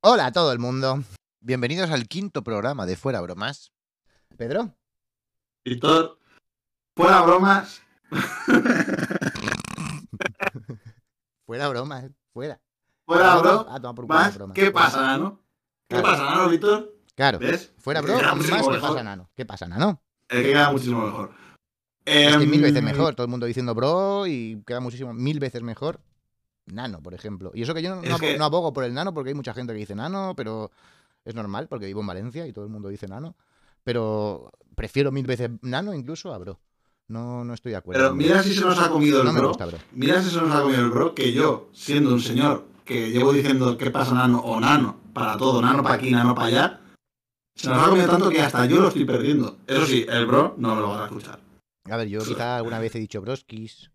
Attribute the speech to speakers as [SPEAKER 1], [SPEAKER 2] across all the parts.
[SPEAKER 1] Hola a todo el mundo. Bienvenidos al quinto programa de Fuera Bromas. Pedro,
[SPEAKER 2] Víctor, fuera bromas.
[SPEAKER 1] fuera bromas, eh, fuera.
[SPEAKER 2] Fuera
[SPEAKER 1] Ah, toma por culo,
[SPEAKER 2] bromas.
[SPEAKER 1] broma.
[SPEAKER 2] ¿Qué pasa, Nano? ¿Qué
[SPEAKER 1] Claro.
[SPEAKER 2] pasa, Nano, Víctor?
[SPEAKER 1] Claro,
[SPEAKER 2] ¿Ves?
[SPEAKER 1] fuera
[SPEAKER 2] Que
[SPEAKER 1] bromas,
[SPEAKER 2] queda
[SPEAKER 1] más
[SPEAKER 2] muchísimo
[SPEAKER 1] que
[SPEAKER 2] mejor.
[SPEAKER 1] pasa nano. ¿Qué pasa nano?
[SPEAKER 2] Eh, que queda muchísimo mejor.
[SPEAKER 1] Es que mil
[SPEAKER 2] Em,
[SPEAKER 1] veces mejor, todo el mundo diciendo bro y queda muchísimo, mil veces mejor nano, por ejemplo. Y eso que yo no,
[SPEAKER 2] Es
[SPEAKER 1] no abo-
[SPEAKER 2] que-
[SPEAKER 1] no abogo por el nano porque hay mucha gente que dice nano, pero es normal porque vivo en Valencia y todo el mundo dice nano. Pero prefiero mil veces nano incluso a bro. No, no estoy de acuerdo.
[SPEAKER 2] Pero mira si se nos ha comido el
[SPEAKER 1] no me
[SPEAKER 2] bro.
[SPEAKER 1] gusta bro.
[SPEAKER 2] Mira si se nos ha comido el bro que yo, siendo un señor que llevo diciendo qué pasa, Nano o Nano, para todo, Nano para aquí, Nano para allá, se nos ha comido tanto que hasta yo lo estoy perdiendo. Eso sí, el bro no me lo van a escuchar.
[SPEAKER 1] A ver, yo quizá alguna vez he dicho broskis.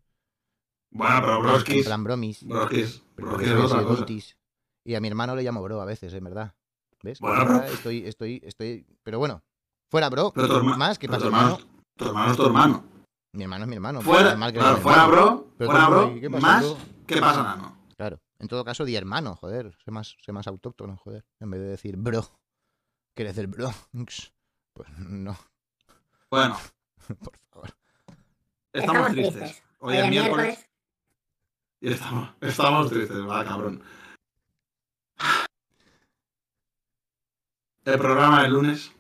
[SPEAKER 2] Bueno, pero
[SPEAKER 1] En
[SPEAKER 2] broskis.
[SPEAKER 1] plan bromis.
[SPEAKER 2] Broskis.
[SPEAKER 1] Pero
[SPEAKER 2] Broskis es
[SPEAKER 1] yo he
[SPEAKER 2] otra
[SPEAKER 1] sido
[SPEAKER 2] cosa.
[SPEAKER 1] Dutis. Y a mi hermano le llamo bro a veces, en verdad. ¿Ves?
[SPEAKER 2] Bueno,
[SPEAKER 1] Ahora
[SPEAKER 2] pero-
[SPEAKER 1] Estoy, estoy, estoy. Pero bueno, fuera bro,
[SPEAKER 2] Pero tu herma-
[SPEAKER 1] más que
[SPEAKER 2] pero
[SPEAKER 1] pasa,
[SPEAKER 2] tu
[SPEAKER 1] hermano.
[SPEAKER 2] hermano, tu hermano es tu hermano.
[SPEAKER 1] Mi hermano es mi hermano.
[SPEAKER 2] Fuera,
[SPEAKER 1] normal que le
[SPEAKER 2] claro,
[SPEAKER 1] llame
[SPEAKER 2] fuera
[SPEAKER 1] hermano.
[SPEAKER 2] bro,
[SPEAKER 1] Pero
[SPEAKER 2] fuera
[SPEAKER 1] tú,
[SPEAKER 2] bro,
[SPEAKER 1] ¿y qué pasa,
[SPEAKER 2] más,
[SPEAKER 1] bro?
[SPEAKER 2] ¿qué pasa, nano?
[SPEAKER 1] Claro. En todo caso, di hermano, joder. Sé más, sé más autóctono, joder. En vez de decir bro. ¿Quieres decir bro? Pues no,
[SPEAKER 2] Bueno,
[SPEAKER 1] por favor.
[SPEAKER 2] estamos, tristes. Hoy es miércoles y estamos, estamos tristes, va, cabrón. El programa del lunes,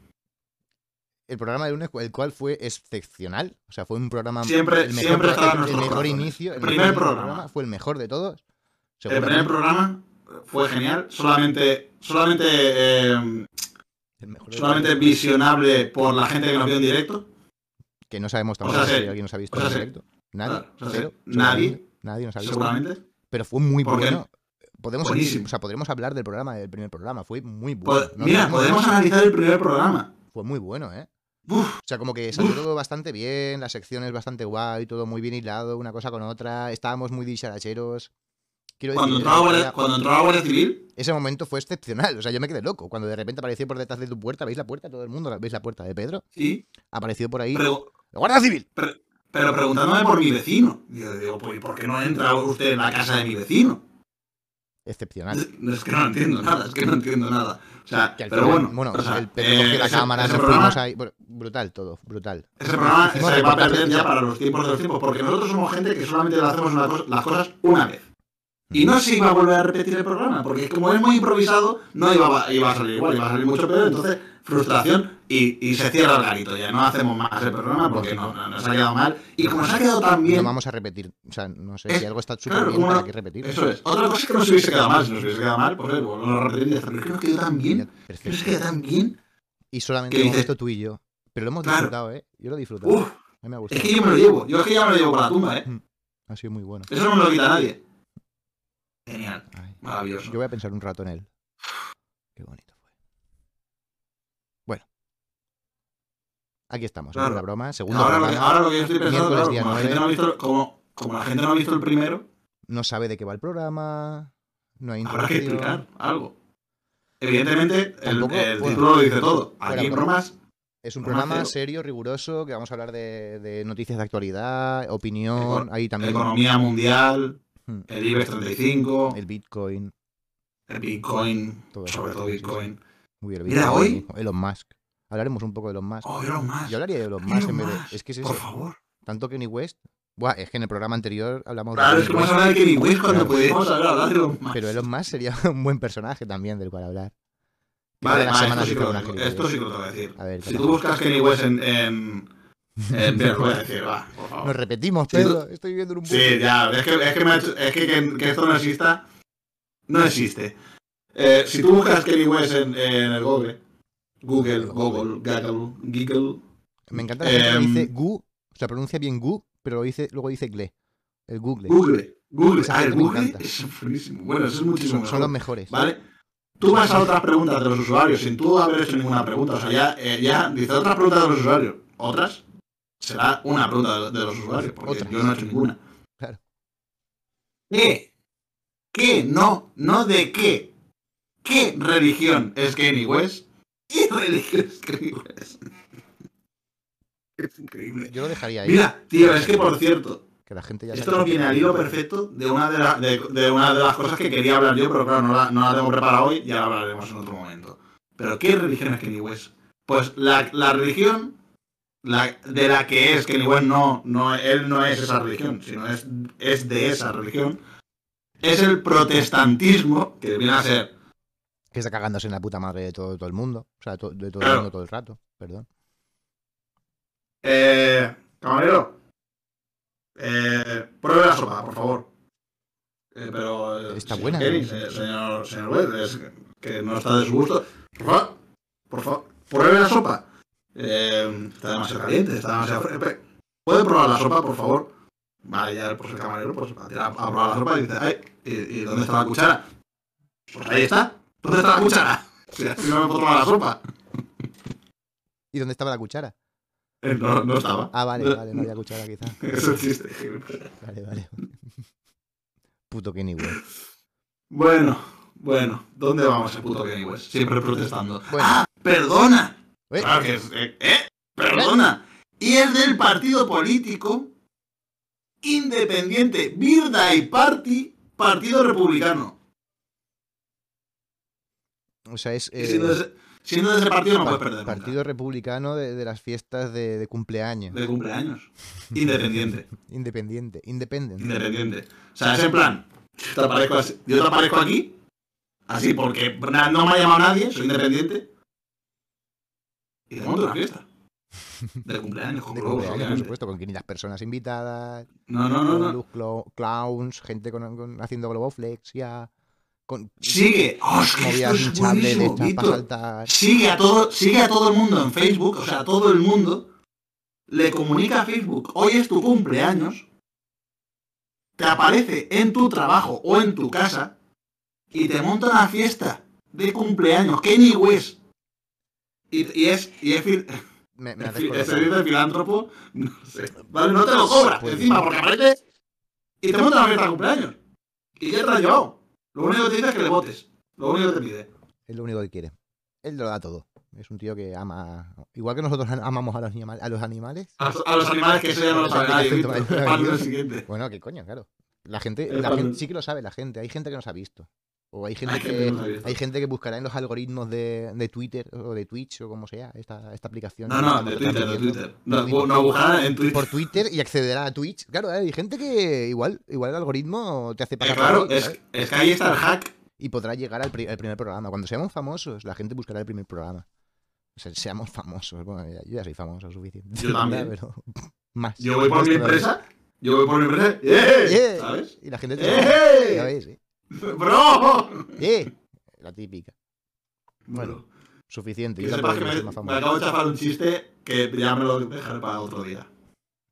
[SPEAKER 1] El programa de lunes, el cual fue excepcional. O sea, fue un programa.
[SPEAKER 2] Siempre-
[SPEAKER 1] Ah, el mejor,
[SPEAKER 2] siempre estará en
[SPEAKER 1] el- el,
[SPEAKER 2] nuestros
[SPEAKER 1] mejor
[SPEAKER 2] corazones.
[SPEAKER 1] inicio.
[SPEAKER 2] El
[SPEAKER 1] mejor
[SPEAKER 2] primer
[SPEAKER 1] inicio del
[SPEAKER 2] programa.
[SPEAKER 1] Fue el mejor de todos.
[SPEAKER 2] el primer
[SPEAKER 1] seguramente.
[SPEAKER 2] programa fue genial, solamente, solamente, eh,
[SPEAKER 1] El mejor de
[SPEAKER 2] solamente
[SPEAKER 1] todos.
[SPEAKER 2] visionable por la gente que nos vio en directo.
[SPEAKER 1] que no sabemos
[SPEAKER 2] O
[SPEAKER 1] tampoco
[SPEAKER 2] sea,
[SPEAKER 1] si
[SPEAKER 2] sí.
[SPEAKER 1] alguien nos ha visto
[SPEAKER 2] O sea,
[SPEAKER 1] en
[SPEAKER 2] sí.
[SPEAKER 1] directo. Nadie.
[SPEAKER 2] Claro, o sea,
[SPEAKER 1] cero,
[SPEAKER 2] sí.
[SPEAKER 1] seguramente.
[SPEAKER 2] Nadie.
[SPEAKER 1] Nadie nos ha visto.
[SPEAKER 2] Seguramente.
[SPEAKER 1] Pero fue muy
[SPEAKER 2] Porque-
[SPEAKER 1] bueno. Podemos,
[SPEAKER 2] Buenísimo.
[SPEAKER 1] o sea, podremos hablar del programa del primer programa. Fue muy bueno.
[SPEAKER 2] Pod-
[SPEAKER 1] No,
[SPEAKER 2] Pues, Mira,
[SPEAKER 1] no,
[SPEAKER 2] podemos analizar el primer programa.
[SPEAKER 1] Fue muy bueno, ¿eh?
[SPEAKER 2] Uf,
[SPEAKER 1] O sea, como que salió
[SPEAKER 2] Uf.
[SPEAKER 1] todo bastante bien, las secciones bastante guay, todo muy bien hilado, una cosa con otra. Estábamos muy dicharacheros. Quiero decir,
[SPEAKER 2] cuando entró la
[SPEAKER 1] era-
[SPEAKER 2] Guardia-
[SPEAKER 1] era-
[SPEAKER 2] cuando entró la Guardia Civil,
[SPEAKER 1] ese momento fue excepcional. O sea, yo me quedé loco. Cuando de repente apareció por detrás de tu puerta, ¿veis la puerta? Todo el mundo, la- ¿veis la puerta de Pedro?
[SPEAKER 2] sí,
[SPEAKER 1] Apareció por ahí.
[SPEAKER 2] pregu-
[SPEAKER 1] ¡La Guardia Civil!
[SPEAKER 2] Pero preguntándome por mi vecino. Y Yo digo, pues ¿por qué no entra usted en la casa de mi vecino?
[SPEAKER 1] Excepcional.
[SPEAKER 2] Es, es que no entiendo nada, es que no entiendo nada. O sea,
[SPEAKER 1] Ah. Que al
[SPEAKER 2] pero
[SPEAKER 1] final,
[SPEAKER 2] bueno, o sea,
[SPEAKER 1] el Pedro cogió
[SPEAKER 2] eh,
[SPEAKER 1] la
[SPEAKER 2] ese-
[SPEAKER 1] cámara,
[SPEAKER 2] ese
[SPEAKER 1] nos
[SPEAKER 2] programa,
[SPEAKER 1] fuimos ahí. bueno, brutal todo, brutal.
[SPEAKER 2] ese programa
[SPEAKER 1] hicimos
[SPEAKER 2] se va a
[SPEAKER 1] reportajes
[SPEAKER 2] perder
[SPEAKER 1] ya.
[SPEAKER 2] ya para los tiempos de los tiempos, porque nosotros somos gente que solamente le hacemos una cosa- las cosas una vez. Y no se iba a volver a repetir el programa, porque como es muy improvisado, no iba, a- iba a salir igual, iba a salir mucho peor, entonces frustración y, y se cierra el garito. Ya no hacemos más el programa porque no, no- nos ha quedado mal. Y como nos ha quedado tan bien,
[SPEAKER 1] No vamos a repetir. O sea, no sé,
[SPEAKER 2] Es-
[SPEAKER 1] si algo está súper
[SPEAKER 2] claro,
[SPEAKER 1] bien,
[SPEAKER 2] como
[SPEAKER 1] ¿para
[SPEAKER 2] no-
[SPEAKER 1] qué repetir?
[SPEAKER 2] Eso es. Otra cosa es que no se hubiese quedado mal. Si nos hubiese quedado mal, pues eh, volvemos a repetir y ya está. Pero es que nos quedó tan
[SPEAKER 1] Ya,
[SPEAKER 2] bien. Que nos
[SPEAKER 1] perfecto.
[SPEAKER 2] quedó tan bien.
[SPEAKER 1] Y solamente
[SPEAKER 2] que
[SPEAKER 1] hemos
[SPEAKER 2] dices-
[SPEAKER 1] visto tú y yo. Pero lo hemos
[SPEAKER 2] Claro.
[SPEAKER 1] disfrutado, ¿eh? Yo lo he disfrutado.
[SPEAKER 2] Uf,
[SPEAKER 1] a mí me ha
[SPEAKER 2] es
[SPEAKER 1] gustado.
[SPEAKER 2] que yo me lo llevo. Yo es que ya me lo llevo para la tumba, ¿eh?
[SPEAKER 1] Ha sido muy bueno.
[SPEAKER 2] Eso no me lo quita nadie. Genial.
[SPEAKER 1] Ay,
[SPEAKER 2] Maravilloso.
[SPEAKER 1] yo voy a pensar un rato en él. Qué bonito fue. Bueno. Aquí estamos. en
[SPEAKER 2] Claro.
[SPEAKER 1] la broma. Segundo
[SPEAKER 2] Ahora lo, que,
[SPEAKER 1] programa.
[SPEAKER 2] ahora lo que yo estoy pensando,
[SPEAKER 1] Miércoles
[SPEAKER 2] claro,
[SPEAKER 1] día
[SPEAKER 2] como la, gente
[SPEAKER 1] nueve.
[SPEAKER 2] no ha visto, como, como la gente no ha visto el primero,
[SPEAKER 1] No sabe de qué va el programa. No hay
[SPEAKER 2] habrá que
[SPEAKER 1] introducción.
[SPEAKER 2] explicar algo. Evidentemente, el,
[SPEAKER 1] Tampoco-
[SPEAKER 2] el
[SPEAKER 1] bueno.
[SPEAKER 2] título lo dice todo.
[SPEAKER 1] Fuera
[SPEAKER 2] Aquí en
[SPEAKER 1] broma.
[SPEAKER 2] bromas,
[SPEAKER 1] Es un
[SPEAKER 2] Programa
[SPEAKER 1] programa
[SPEAKER 2] cero.
[SPEAKER 1] serio, riguroso, que vamos a hablar de, de noticias de actualidad, opinión, ahí también
[SPEAKER 2] economía mundial,
[SPEAKER 1] Hmm.
[SPEAKER 2] el IBEX 35,
[SPEAKER 1] el Bitcoin,
[SPEAKER 2] el Bitcoin,
[SPEAKER 1] Todo eso,
[SPEAKER 2] sobre todo
[SPEAKER 1] sí, sí, sí.
[SPEAKER 2] Bitcoin.
[SPEAKER 1] Uy, el
[SPEAKER 2] Mira,
[SPEAKER 1] Bitcoin,
[SPEAKER 2] hoy-
[SPEAKER 1] hijo, Elon Musk. Hablaremos un poco de Elon Musk.
[SPEAKER 2] Oh, Elon Musk.
[SPEAKER 1] Yo hablaría de Elon
[SPEAKER 2] Elon
[SPEAKER 1] Musk en vez
[SPEAKER 2] Musk,
[SPEAKER 1] de... Es que es
[SPEAKER 2] Por
[SPEAKER 1] eso,
[SPEAKER 2] favor.
[SPEAKER 1] tanto Kenny West... Buah, es que en el programa anterior hablamos
[SPEAKER 2] Claro,
[SPEAKER 1] de
[SPEAKER 2] es que
[SPEAKER 1] Kanye
[SPEAKER 2] vamos a
[SPEAKER 1] West,
[SPEAKER 2] hablar de Kenny West cuando
[SPEAKER 1] Claro.
[SPEAKER 2] pudiéramos haber hablado de Elon Musk.
[SPEAKER 1] pero Elon Musk sería un buen personaje también del cual hablar. Todas las
[SPEAKER 2] Vale, vale, esto
[SPEAKER 1] semanas
[SPEAKER 2] sí,
[SPEAKER 1] hizo
[SPEAKER 2] que lo
[SPEAKER 1] una
[SPEAKER 2] tengo,
[SPEAKER 1] gilipollez.
[SPEAKER 2] esto sí que lo tengo que decir.
[SPEAKER 1] A ver,
[SPEAKER 2] Si
[SPEAKER 1] ¿qué
[SPEAKER 2] tú
[SPEAKER 1] pasa?
[SPEAKER 2] buscas Kenny West en... en, en pero lo voy a decir, va, por favor.
[SPEAKER 1] Nos repetimos,
[SPEAKER 2] Si tú-
[SPEAKER 1] Pedro. Estoy viviendo en un bucle.
[SPEAKER 2] Sí, eh, ya, es que, es que, me ha hecho- es que, que- que esto no exista, no existe. Eh, si tú buscas Kenny West en, en el Google, Google, Google, Gaggle, Giggle,
[SPEAKER 1] Me encanta la gente que
[SPEAKER 2] Em.
[SPEAKER 1] dice Gu, o sea, pronuncia bien Gu, pero lo dice, luego dice Gle. El Google.
[SPEAKER 2] Google, Google,
[SPEAKER 1] Esa
[SPEAKER 2] ah, el
[SPEAKER 1] gente me
[SPEAKER 2] Google
[SPEAKER 1] encanta.
[SPEAKER 2] es buenísimo. Bueno, eso es muchísimo
[SPEAKER 1] Son
[SPEAKER 2] mejor.
[SPEAKER 1] los mejores.
[SPEAKER 2] ¿Vale? Tú vas a otras preguntas de los usuarios sin tú haber hecho ninguna pregunta. O sea, ya, eh, ya dice otras preguntas de los usuarios. Otras será una pregunta de, de los usuarios, porque
[SPEAKER 1] Otras.
[SPEAKER 2] yo no he hecho ninguna.
[SPEAKER 1] Claro.
[SPEAKER 2] ¿Qué? ¿Qué? No, no de qué. ¿Qué religión es Kenny West? ¿Qué religión es Kenny West? es increíble.
[SPEAKER 1] Yo lo dejaría ahí.
[SPEAKER 2] Mira, tío, es que por cierto,
[SPEAKER 1] Que la gente ya
[SPEAKER 2] Esto
[SPEAKER 1] sabe-
[SPEAKER 2] nos viene al hilo perfecto de una de, la- de- de una de las cosas que quería hablar yo, pero claro, no la, no la tengo preparada hoy, ya la hablaremos en otro momento. Pero ¿qué religión es Kenny West? Pues la, la religión la, de la que es Kenny West, no, no, él no es esa religión, sino es, es de esa religión. Es el protestantismo, que viene a ser
[SPEAKER 1] Que está cagándose en la puta madre de todo, todo el mundo. O sea, to- de todo
[SPEAKER 2] Claro.
[SPEAKER 1] el mundo todo el rato. Perdón.
[SPEAKER 2] Eh, camarero, eh, pruebe la sopa, por favor. Eh, pero. eh,
[SPEAKER 1] Está
[SPEAKER 2] si
[SPEAKER 1] buena,
[SPEAKER 2] queréis,
[SPEAKER 1] ¿no?
[SPEAKER 2] eh, señor, señor Wed, es que no está de su gusto. Por favor, por favor, pruebe la sopa. Eh, está demasiado caliente, está demasiado fresca. ¿Puede probar la sopa, por favor? Vale, ya pues el camarero pues, va a, tirar a probar la sopa y dice, ay, ¿y, y dónde está la cuchara? Pues ahí está. ¿Dónde está la cuchara? Si así no me puedo tomar la sopa.
[SPEAKER 1] ¿Y dónde estaba la cuchara?
[SPEAKER 2] Eh, no, no estaba.
[SPEAKER 1] Ah, vale, vale, no había cuchara quizá.
[SPEAKER 2] Es un chiste.
[SPEAKER 1] Vale, vale. Puto Kenny West.
[SPEAKER 2] Bueno, bueno, ¿dónde vamos el puto Kanye West? Siempre protestando.
[SPEAKER 1] Bueno.
[SPEAKER 2] ¡Ah! ¡Perdona!
[SPEAKER 1] Eh.
[SPEAKER 2] Claro que es. ¡Eh! eh, ¡Perdona! Y es del partido político independiente Birthday Party, Partido Republicano.
[SPEAKER 1] O sea, es.
[SPEAKER 2] Y siendo,
[SPEAKER 1] eh,
[SPEAKER 2] de ese, siendo de ese partido no
[SPEAKER 1] par-
[SPEAKER 2] puedes perder. nunca.
[SPEAKER 1] partido republicano de, de las fiestas de, de cumpleaños.
[SPEAKER 2] De cumpleaños. Independiente.
[SPEAKER 1] Independiente. Independent.
[SPEAKER 2] Independiente. O sea, es en plan. Yo te aparezco, así- yo te aparezco aquí. Así porque na- no me ha llamado nadie, soy independiente. Y te monto una fiesta. De cumpleaños, con
[SPEAKER 1] De
[SPEAKER 2] globos,
[SPEAKER 1] cumpleaños, por
[SPEAKER 2] obviamente.
[SPEAKER 1] supuesto, con 500 personas invitadas,
[SPEAKER 2] No, no, no,
[SPEAKER 1] con
[SPEAKER 2] no.
[SPEAKER 1] luz clo- clowns, gente con, con- haciendo globoflexia, con
[SPEAKER 2] Sigue. ¡Oh, es que esto
[SPEAKER 1] movidas
[SPEAKER 2] es
[SPEAKER 1] hinchables de
[SPEAKER 2] buenísimo,
[SPEAKER 1] estas para
[SPEAKER 2] Víctor!
[SPEAKER 1] saltar.
[SPEAKER 2] Sigue a, todo, sigue a todo el mundo en Facebook, o sea, a todo el mundo. Le comunica a Facebook, hoy es tu cumpleaños. Te aparece en tu trabajo o en tu casa. Y te monta una fiesta de cumpleaños. Kenny West. Y, y es. Y es fil-
[SPEAKER 1] Me, me has
[SPEAKER 2] Fi-
[SPEAKER 1] descolocado.
[SPEAKER 2] Ese dice filántropo, no sé. Vale, no te lo cobra
[SPEAKER 1] Pues-
[SPEAKER 2] encima, porque aparece y te monta la fiesta de cumpleaños. Y ya te la has llevado. Lo único que te dice es que le votes. Lo único que te pide.
[SPEAKER 1] Es lo único que quiere. Él lo da todo. Es un tío que ama. Igual que nosotros amamos a los, anima- a los animales.
[SPEAKER 2] A, a los animales que eso ya no lo
[SPEAKER 1] Ah,
[SPEAKER 2] sabe nadie. Víctor. Es parte del siguiente.
[SPEAKER 1] Bueno, qué coño, claro. La gente,
[SPEAKER 2] Es
[SPEAKER 1] la
[SPEAKER 2] Eh, cuando-
[SPEAKER 1] gente- sí que lo sabe la gente. Hay gente que nos ha visto. O hay gente,
[SPEAKER 2] Hay gente que nos ha
[SPEAKER 1] que,
[SPEAKER 2] visto.
[SPEAKER 1] hay gente que buscará en los algoritmos de, de Twitter o de Twitch o como sea esta, esta aplicación.
[SPEAKER 2] No,
[SPEAKER 1] que
[SPEAKER 2] no,
[SPEAKER 1] estamos
[SPEAKER 2] de Twitter, de
[SPEAKER 1] transmitiendo.
[SPEAKER 2] Twitter. No, bu- no buscarán en Twitter.
[SPEAKER 1] Por Twitter y accederá a Twitch. Claro, hay gente que igual, igual el algoritmo te hace
[SPEAKER 2] Eh,
[SPEAKER 1] pasar por
[SPEAKER 2] claro,
[SPEAKER 1] ahí,
[SPEAKER 2] es,
[SPEAKER 1] ¿sabes?
[SPEAKER 2] es que ahí está el hack.
[SPEAKER 1] y podrá llegar al, pri- al primer programa. Cuando seamos famosos, la gente buscará el primer programa. O sea, seamos famosos. Bueno, ya- yo ya soy famoso suficiente.
[SPEAKER 2] Yo también.
[SPEAKER 1] Pero más.
[SPEAKER 2] Yo voy por
[SPEAKER 1] Más
[SPEAKER 2] mi
[SPEAKER 1] todavía.
[SPEAKER 2] empresa. Yo voy por mi empresa. ¡Eh!
[SPEAKER 1] Yeah.
[SPEAKER 2] ¿Sabes?
[SPEAKER 1] Y la gente te va- ya
[SPEAKER 2] ¡Eh!
[SPEAKER 1] ves, ¿eh?
[SPEAKER 2] ¡Bro!
[SPEAKER 1] ¡Eh! La típica.
[SPEAKER 2] Bueno.
[SPEAKER 1] Suficiente.
[SPEAKER 2] Que
[SPEAKER 1] Yo
[SPEAKER 2] sepas
[SPEAKER 1] tampoco
[SPEAKER 2] que
[SPEAKER 1] quiero
[SPEAKER 2] me,
[SPEAKER 1] ser más
[SPEAKER 2] me
[SPEAKER 1] famoso.
[SPEAKER 2] acabo de chafar un chiste que ya me lo dejaré para otro día.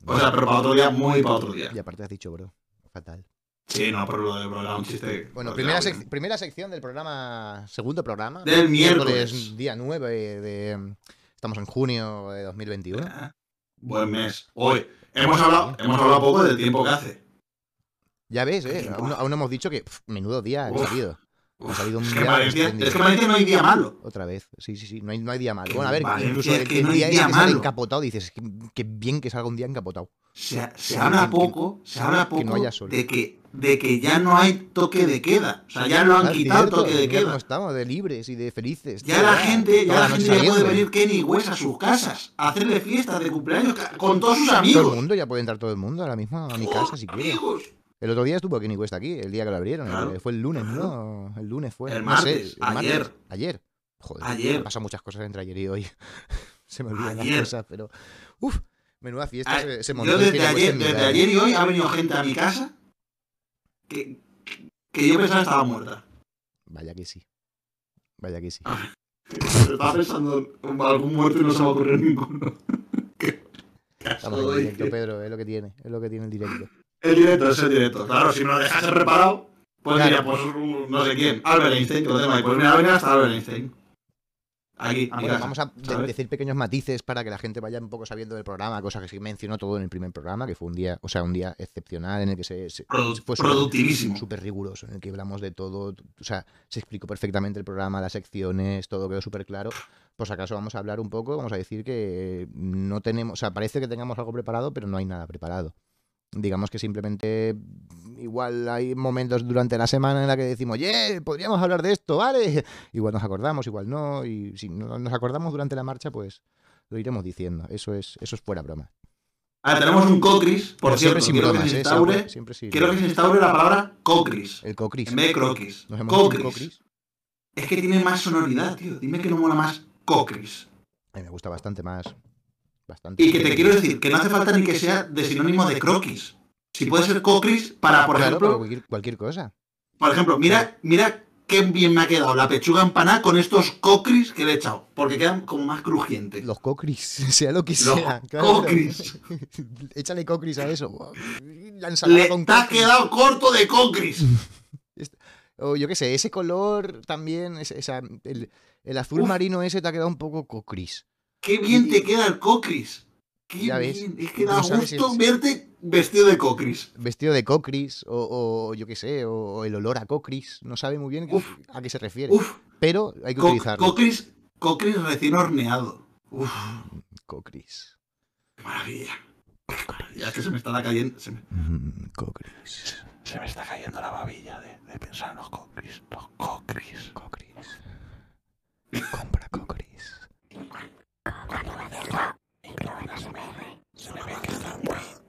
[SPEAKER 2] O sea, pero para otro día, muy para otro día.
[SPEAKER 1] Y aparte has dicho, bro. Fatal.
[SPEAKER 2] Sí, no, pero lo de bro era un chiste. pues
[SPEAKER 1] Bueno,
[SPEAKER 2] lo
[SPEAKER 1] primera,
[SPEAKER 2] de-
[SPEAKER 1] sec- primera sección del programa, segundo programa.
[SPEAKER 2] pues, Del miércoles.
[SPEAKER 1] Día 9 de... Estamos en junio de 2021.
[SPEAKER 2] Ah, Buen mes. Hoy. Hemos hablado, hemos hablado poco del tiempo que hace.
[SPEAKER 1] Ya ves, ¿eh? Aún, no- aún no hemos dicho que... pf, menudo día ha
[SPEAKER 2] Uf.
[SPEAKER 1] salido. Ha
[SPEAKER 2] Uf,
[SPEAKER 1] salido un
[SPEAKER 2] es, que en
[SPEAKER 1] día
[SPEAKER 2] Valencia,
[SPEAKER 1] espléndido.
[SPEAKER 2] es que en Valencia no hay día malo.
[SPEAKER 1] Otra vez. Sí, sí, sí. No hay, no hay día malo.
[SPEAKER 2] Que
[SPEAKER 1] Bueno, a ver,
[SPEAKER 2] en Valencia
[SPEAKER 1] incluso
[SPEAKER 2] es
[SPEAKER 1] el,
[SPEAKER 2] que
[SPEAKER 1] el
[SPEAKER 2] no hay
[SPEAKER 1] día, ese
[SPEAKER 2] día
[SPEAKER 1] que sale
[SPEAKER 2] malo.
[SPEAKER 1] encapotado dices, que, que bien que salga un día encapotado.
[SPEAKER 2] Se, se
[SPEAKER 1] Que-
[SPEAKER 2] habla
[SPEAKER 1] que-
[SPEAKER 2] poco, se habla
[SPEAKER 1] que no
[SPEAKER 2] poco
[SPEAKER 1] haya sol.
[SPEAKER 2] de, que, de que ya no hay toque de queda. O sea, ya lo han
[SPEAKER 1] Ah,
[SPEAKER 2] quitado el
[SPEAKER 1] cierto,
[SPEAKER 2] toque de
[SPEAKER 1] mira cómo
[SPEAKER 2] queda.
[SPEAKER 1] estamos, de libres y de felices.
[SPEAKER 2] Ya
[SPEAKER 1] tío,
[SPEAKER 2] la gente,
[SPEAKER 1] toda
[SPEAKER 2] ya la
[SPEAKER 1] noche
[SPEAKER 2] gente ya puede
[SPEAKER 1] saliendo.
[SPEAKER 2] venir Kenny West a sus casas, a hacerle fiestas de cumpleaños ca- con todos sus
[SPEAKER 1] Todo el
[SPEAKER 2] amigos.
[SPEAKER 1] mundo, ya puede entrar todo el mundo ahora mismo a mi casa si quiere.
[SPEAKER 2] Amigos.
[SPEAKER 1] El otro día estuvo Kenny West aquí, el día que lo abrieron.
[SPEAKER 2] Claro,
[SPEAKER 1] eh, Fue el lunes,
[SPEAKER 2] claro.
[SPEAKER 1] ¿no? El lunes fue.
[SPEAKER 2] El
[SPEAKER 1] no sé,
[SPEAKER 2] martes, ayer.
[SPEAKER 1] Ayer. Joder,
[SPEAKER 2] Ayer.
[SPEAKER 1] han pasado muchas cosas entre ayer y hoy. Se me olvidan las
[SPEAKER 2] Ayer.
[SPEAKER 1] cosas, pero. Uf, menuda fiesta
[SPEAKER 2] Ah,
[SPEAKER 1] se, se montó.
[SPEAKER 2] Yo
[SPEAKER 1] Kenny
[SPEAKER 2] desde
[SPEAKER 1] West en ¿eh?
[SPEAKER 2] ayer,
[SPEAKER 1] mi
[SPEAKER 2] desde
[SPEAKER 1] casa.
[SPEAKER 2] ayer y hoy ha venido gente a mi casa que, que yo pensaba que estaba muerta.
[SPEAKER 1] Vaya que sí. Vaya que sí.
[SPEAKER 2] Ah, Estaba pensando en algún muerto y no se me ocurrió ninguno. Qué- qué
[SPEAKER 1] Estamos
[SPEAKER 2] asco,
[SPEAKER 1] en directo,
[SPEAKER 2] dice.
[SPEAKER 1] Pedro, es lo que tiene, es lo que tiene el directo.
[SPEAKER 2] El directo es el directo. Claro, si me lo dejase preparado, pues
[SPEAKER 1] Claro.
[SPEAKER 2] diría, pues un- no sé quién, Albert Einstein, que lo tengo ahí. Pues mira, ha venido hasta Albert Einstein. Aquí, a mi
[SPEAKER 1] Ah, Bueno,
[SPEAKER 2] casa.
[SPEAKER 1] vamos a de-
[SPEAKER 2] Ah, ¿sabes?
[SPEAKER 1] decir pequeños matices para que la gente vaya un poco sabiendo del programa, cosa que sí mencionó todo en el primer programa, que fue un día, o sea, un día excepcional en el que se, se-
[SPEAKER 2] Produ-
[SPEAKER 1] fue súper-
[SPEAKER 2] productivísimo.
[SPEAKER 1] súper riguroso, en el que hablamos de todo, t- o sea, se explicó perfectamente el programa, las secciones, todo quedó súper claro. Pues acaso vamos a hablar un poco, vamos a decir que no tenemos, o sea, parece que tengamos algo preparado, pero no hay nada preparado. Digamos que simplemente igual hay momentos durante la semana en la que decimos, oye, podríamos hablar de esto, ¿vale? Igual nos acordamos, igual no, y si no nos acordamos durante la marcha, pues lo iremos diciendo. Eso es, eso es fuera broma.
[SPEAKER 2] Ahora tenemos un cocris,
[SPEAKER 1] Pero
[SPEAKER 2] por cierto.
[SPEAKER 1] siempre sin
[SPEAKER 2] quiero,
[SPEAKER 1] bromas,
[SPEAKER 2] que se
[SPEAKER 1] ¿eh?
[SPEAKER 2] instaure,
[SPEAKER 1] Siempre, siempre sí.
[SPEAKER 2] quiero que se instaure la palabra cocris.
[SPEAKER 1] El cocris.
[SPEAKER 2] En vez de croquis.
[SPEAKER 1] Nos hemos hecho un
[SPEAKER 2] Cocris.
[SPEAKER 1] cocris.
[SPEAKER 2] Es que tiene más sonoridad, tío. Dime que no mola más cocris.
[SPEAKER 1] A mí me gusta bastante más. Bastante.
[SPEAKER 2] Y que te quiero decir que no hace falta ni que sea de sinónimo de croquis. Si puede ser cocris para, por
[SPEAKER 1] Claro, para
[SPEAKER 2] ejemplo,
[SPEAKER 1] cualquier, cualquier cosa.
[SPEAKER 2] por ejemplo, mira, mira qué bien me ha quedado la pechuga empanada con estos cocris que le he echado. Porque quedan como más crujientes.
[SPEAKER 1] Los cocris, sea lo que
[SPEAKER 2] Los
[SPEAKER 1] sea.
[SPEAKER 2] cocris.
[SPEAKER 1] Échale cocris a eso. La ensalada
[SPEAKER 2] Le
[SPEAKER 1] con
[SPEAKER 2] te has
[SPEAKER 1] cocris.
[SPEAKER 2] quedado corto de cocris.
[SPEAKER 1] O yo qué sé, ese color también, ese- esa- el, el azul
[SPEAKER 2] Uf.
[SPEAKER 1] marino ese te ha quedado un poco cocris.
[SPEAKER 2] Qué bien te queda el cocris. Qué
[SPEAKER 1] Ya ves.
[SPEAKER 2] bien. Es que da
[SPEAKER 1] No sabes si
[SPEAKER 2] gusto
[SPEAKER 1] es-
[SPEAKER 2] verte vestido de cocris.
[SPEAKER 1] Vestido de cocris, o, o yo qué sé, o, o el olor a cocris. No sabe muy bien
[SPEAKER 2] Uf.
[SPEAKER 1] a qué se refiere.
[SPEAKER 2] Uf,
[SPEAKER 1] Pero hay que
[SPEAKER 2] co-
[SPEAKER 1] utilizarlo.
[SPEAKER 2] cocris, cocris recién horneado. Uf,
[SPEAKER 1] Cocris.
[SPEAKER 2] qué maravilla. Ya es que se me está cayendo. Se me,
[SPEAKER 1] Mm, Cocris.
[SPEAKER 2] se me está cayendo la babilla de, de pensar en los cocris. Los cocris.
[SPEAKER 1] Cocris. Compra cocris.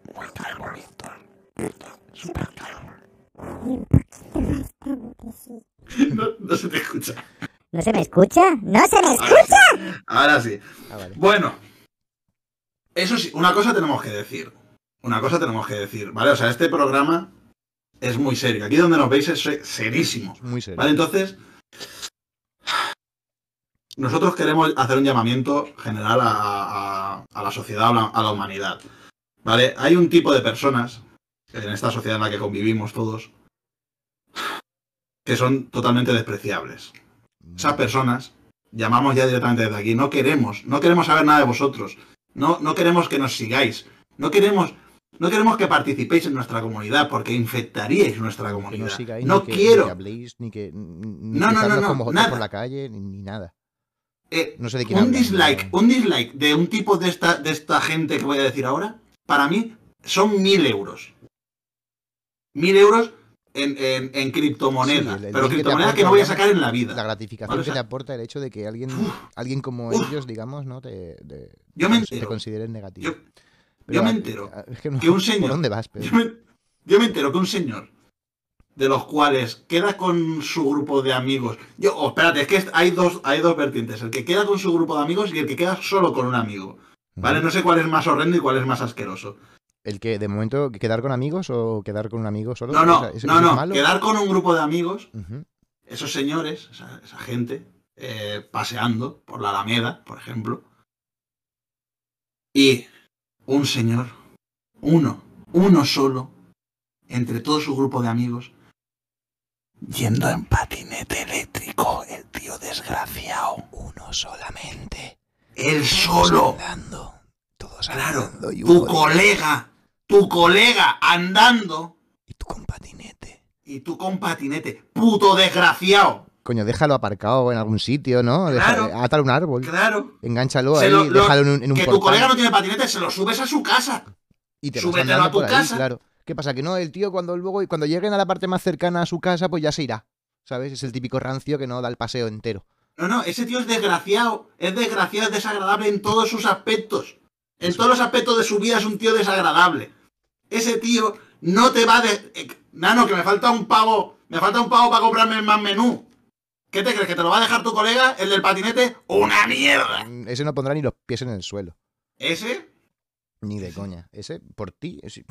[SPEAKER 2] No, no se te escucha.
[SPEAKER 3] ¿No se me escucha? ¡No se me escucha!
[SPEAKER 2] Ahora sí.
[SPEAKER 1] Ah, vale.
[SPEAKER 2] Bueno, eso sí, una cosa tenemos que decir. Una cosa tenemos que decir, ¿vale? O sea, este programa es muy serio. Aquí donde nos veis es se- serísimo.
[SPEAKER 1] Muy serio.
[SPEAKER 2] ¿Vale? Entonces, nosotros queremos hacer un llamamiento general a, a- a la sociedad, a la, a la humanidad. ¿Vale? Hay un tipo de personas en esta sociedad en la que convivimos todos que son totalmente despreciables
[SPEAKER 1] Mm,
[SPEAKER 2] esas personas llamamos ya directamente desde aquí. No queremos, no queremos saber nada de vosotros. No, no queremos que nos sigáis. No queremos, no queremos que participéis en nuestra comunidad porque infectaríais nuestra
[SPEAKER 1] que no
[SPEAKER 2] comunidad.
[SPEAKER 1] sigáis,
[SPEAKER 2] No
[SPEAKER 1] ni que, Ni que
[SPEAKER 2] quiero.
[SPEAKER 1] habléis, ni que.
[SPEAKER 2] No,
[SPEAKER 1] No,
[SPEAKER 2] no, no, no,
[SPEAKER 1] como
[SPEAKER 2] nada.
[SPEAKER 1] por la calle, ni, ni nada.
[SPEAKER 2] Eh,
[SPEAKER 1] No sé de quién
[SPEAKER 2] un
[SPEAKER 1] hablan,
[SPEAKER 2] dislike,
[SPEAKER 1] pero-
[SPEAKER 2] un dislike de un tipo de esta, de esta gente que voy a decir ahora, para mí son mil euros. Mil euros en, en, en criptomoneda.
[SPEAKER 1] Sí, el- el
[SPEAKER 2] pero
[SPEAKER 1] que te
[SPEAKER 2] criptomoneda que
[SPEAKER 1] aporta,
[SPEAKER 2] no voy a
[SPEAKER 1] ¿no?
[SPEAKER 2] sacar en la vida.
[SPEAKER 1] La gratificación
[SPEAKER 2] Vale, o
[SPEAKER 1] que te
[SPEAKER 2] sea-
[SPEAKER 1] aporta el hecho de que alguien,
[SPEAKER 2] Uf,
[SPEAKER 1] alguien como
[SPEAKER 2] uf.
[SPEAKER 1] ellos, digamos, ¿no? Te, te-
[SPEAKER 2] Yo me
[SPEAKER 1] te
[SPEAKER 2] entero.
[SPEAKER 1] consideren negativo.
[SPEAKER 2] Yo-
[SPEAKER 1] Pero
[SPEAKER 2] yo me
[SPEAKER 1] a-
[SPEAKER 2] entero
[SPEAKER 1] a- es que no
[SPEAKER 2] que un
[SPEAKER 1] sé
[SPEAKER 2] señor-
[SPEAKER 1] ¿Por dónde vas,
[SPEAKER 2] Yo
[SPEAKER 1] Pedro?
[SPEAKER 2] me, yo me entero que un señor de los cuales queda con su grupo de amigos. Yo, oh, espérate, es que est- hay dos, hay dos vertientes. El que queda con su grupo de amigos y el que queda solo con un amigo. ¿Vale? No sé cuál es más horrendo y cuál es más asqueroso.
[SPEAKER 1] ¿El que, de momento, quedar con amigos o quedar con un amigo solo?
[SPEAKER 2] No,
[SPEAKER 1] O sea,
[SPEAKER 2] no,
[SPEAKER 1] ¿eso-
[SPEAKER 2] no,
[SPEAKER 1] eso es
[SPEAKER 2] no.
[SPEAKER 1] malo?
[SPEAKER 2] Quedar con un grupo de amigos,
[SPEAKER 1] Ujú.
[SPEAKER 2] esos señores, esa, esa gente, eh, paseando por la Alameda, por ejemplo. Y un señor, uno, uno solo, entre todo su grupo de amigos, yendo en patinete eléctrico, el tío desgraciado.
[SPEAKER 4] Uno solamente.
[SPEAKER 2] Él solo,
[SPEAKER 4] Andando. Todos
[SPEAKER 2] Claro,
[SPEAKER 4] andando y
[SPEAKER 2] tu
[SPEAKER 4] un co-
[SPEAKER 2] colega, tu colega andando
[SPEAKER 4] Y tú con patinete.
[SPEAKER 2] y tú con patinete, puto desgraciado.
[SPEAKER 1] Coño, déjalo aparcado en algún sitio, ¿no? Déjalo-
[SPEAKER 2] Claro.
[SPEAKER 1] átalo a un árbol.
[SPEAKER 2] Claro,
[SPEAKER 1] Enganchalo
[SPEAKER 2] Se
[SPEAKER 1] ahí,
[SPEAKER 2] lo- lo-
[SPEAKER 1] déjalo en un, en un
[SPEAKER 2] que tu
[SPEAKER 1] portal
[SPEAKER 2] colega no tiene patinete, se lo subes a su casa.
[SPEAKER 1] y te vas
[SPEAKER 2] súbetelo
[SPEAKER 1] andando
[SPEAKER 2] a tu
[SPEAKER 1] por ahí,
[SPEAKER 2] casa.
[SPEAKER 1] claro. ¿Qué pasa? Que no, el tío cuando luego cuando lleguen a la parte más cercana a su casa, pues ya se irá. ¿Sabes? Es el típico rancio que no da el paseo entero.
[SPEAKER 2] No, no, ese tío es desgraciado. Es desgraciado, es desagradable en todos sus aspectos. En todos los aspectos de su vida es un tío desagradable. Ese tío no te va de. eh, Nano, que me falta un pavo. Me falta un pavo para comprarme el más menú. ¿Qué te crees? ¿Que te lo va a dejar tu colega, el del patinete? ¡Una mierda!
[SPEAKER 1] Mm, Ese no pondrá ni los pies en el suelo.
[SPEAKER 2] Ese,
[SPEAKER 1] Ni de coña. Ese, por ti, ese-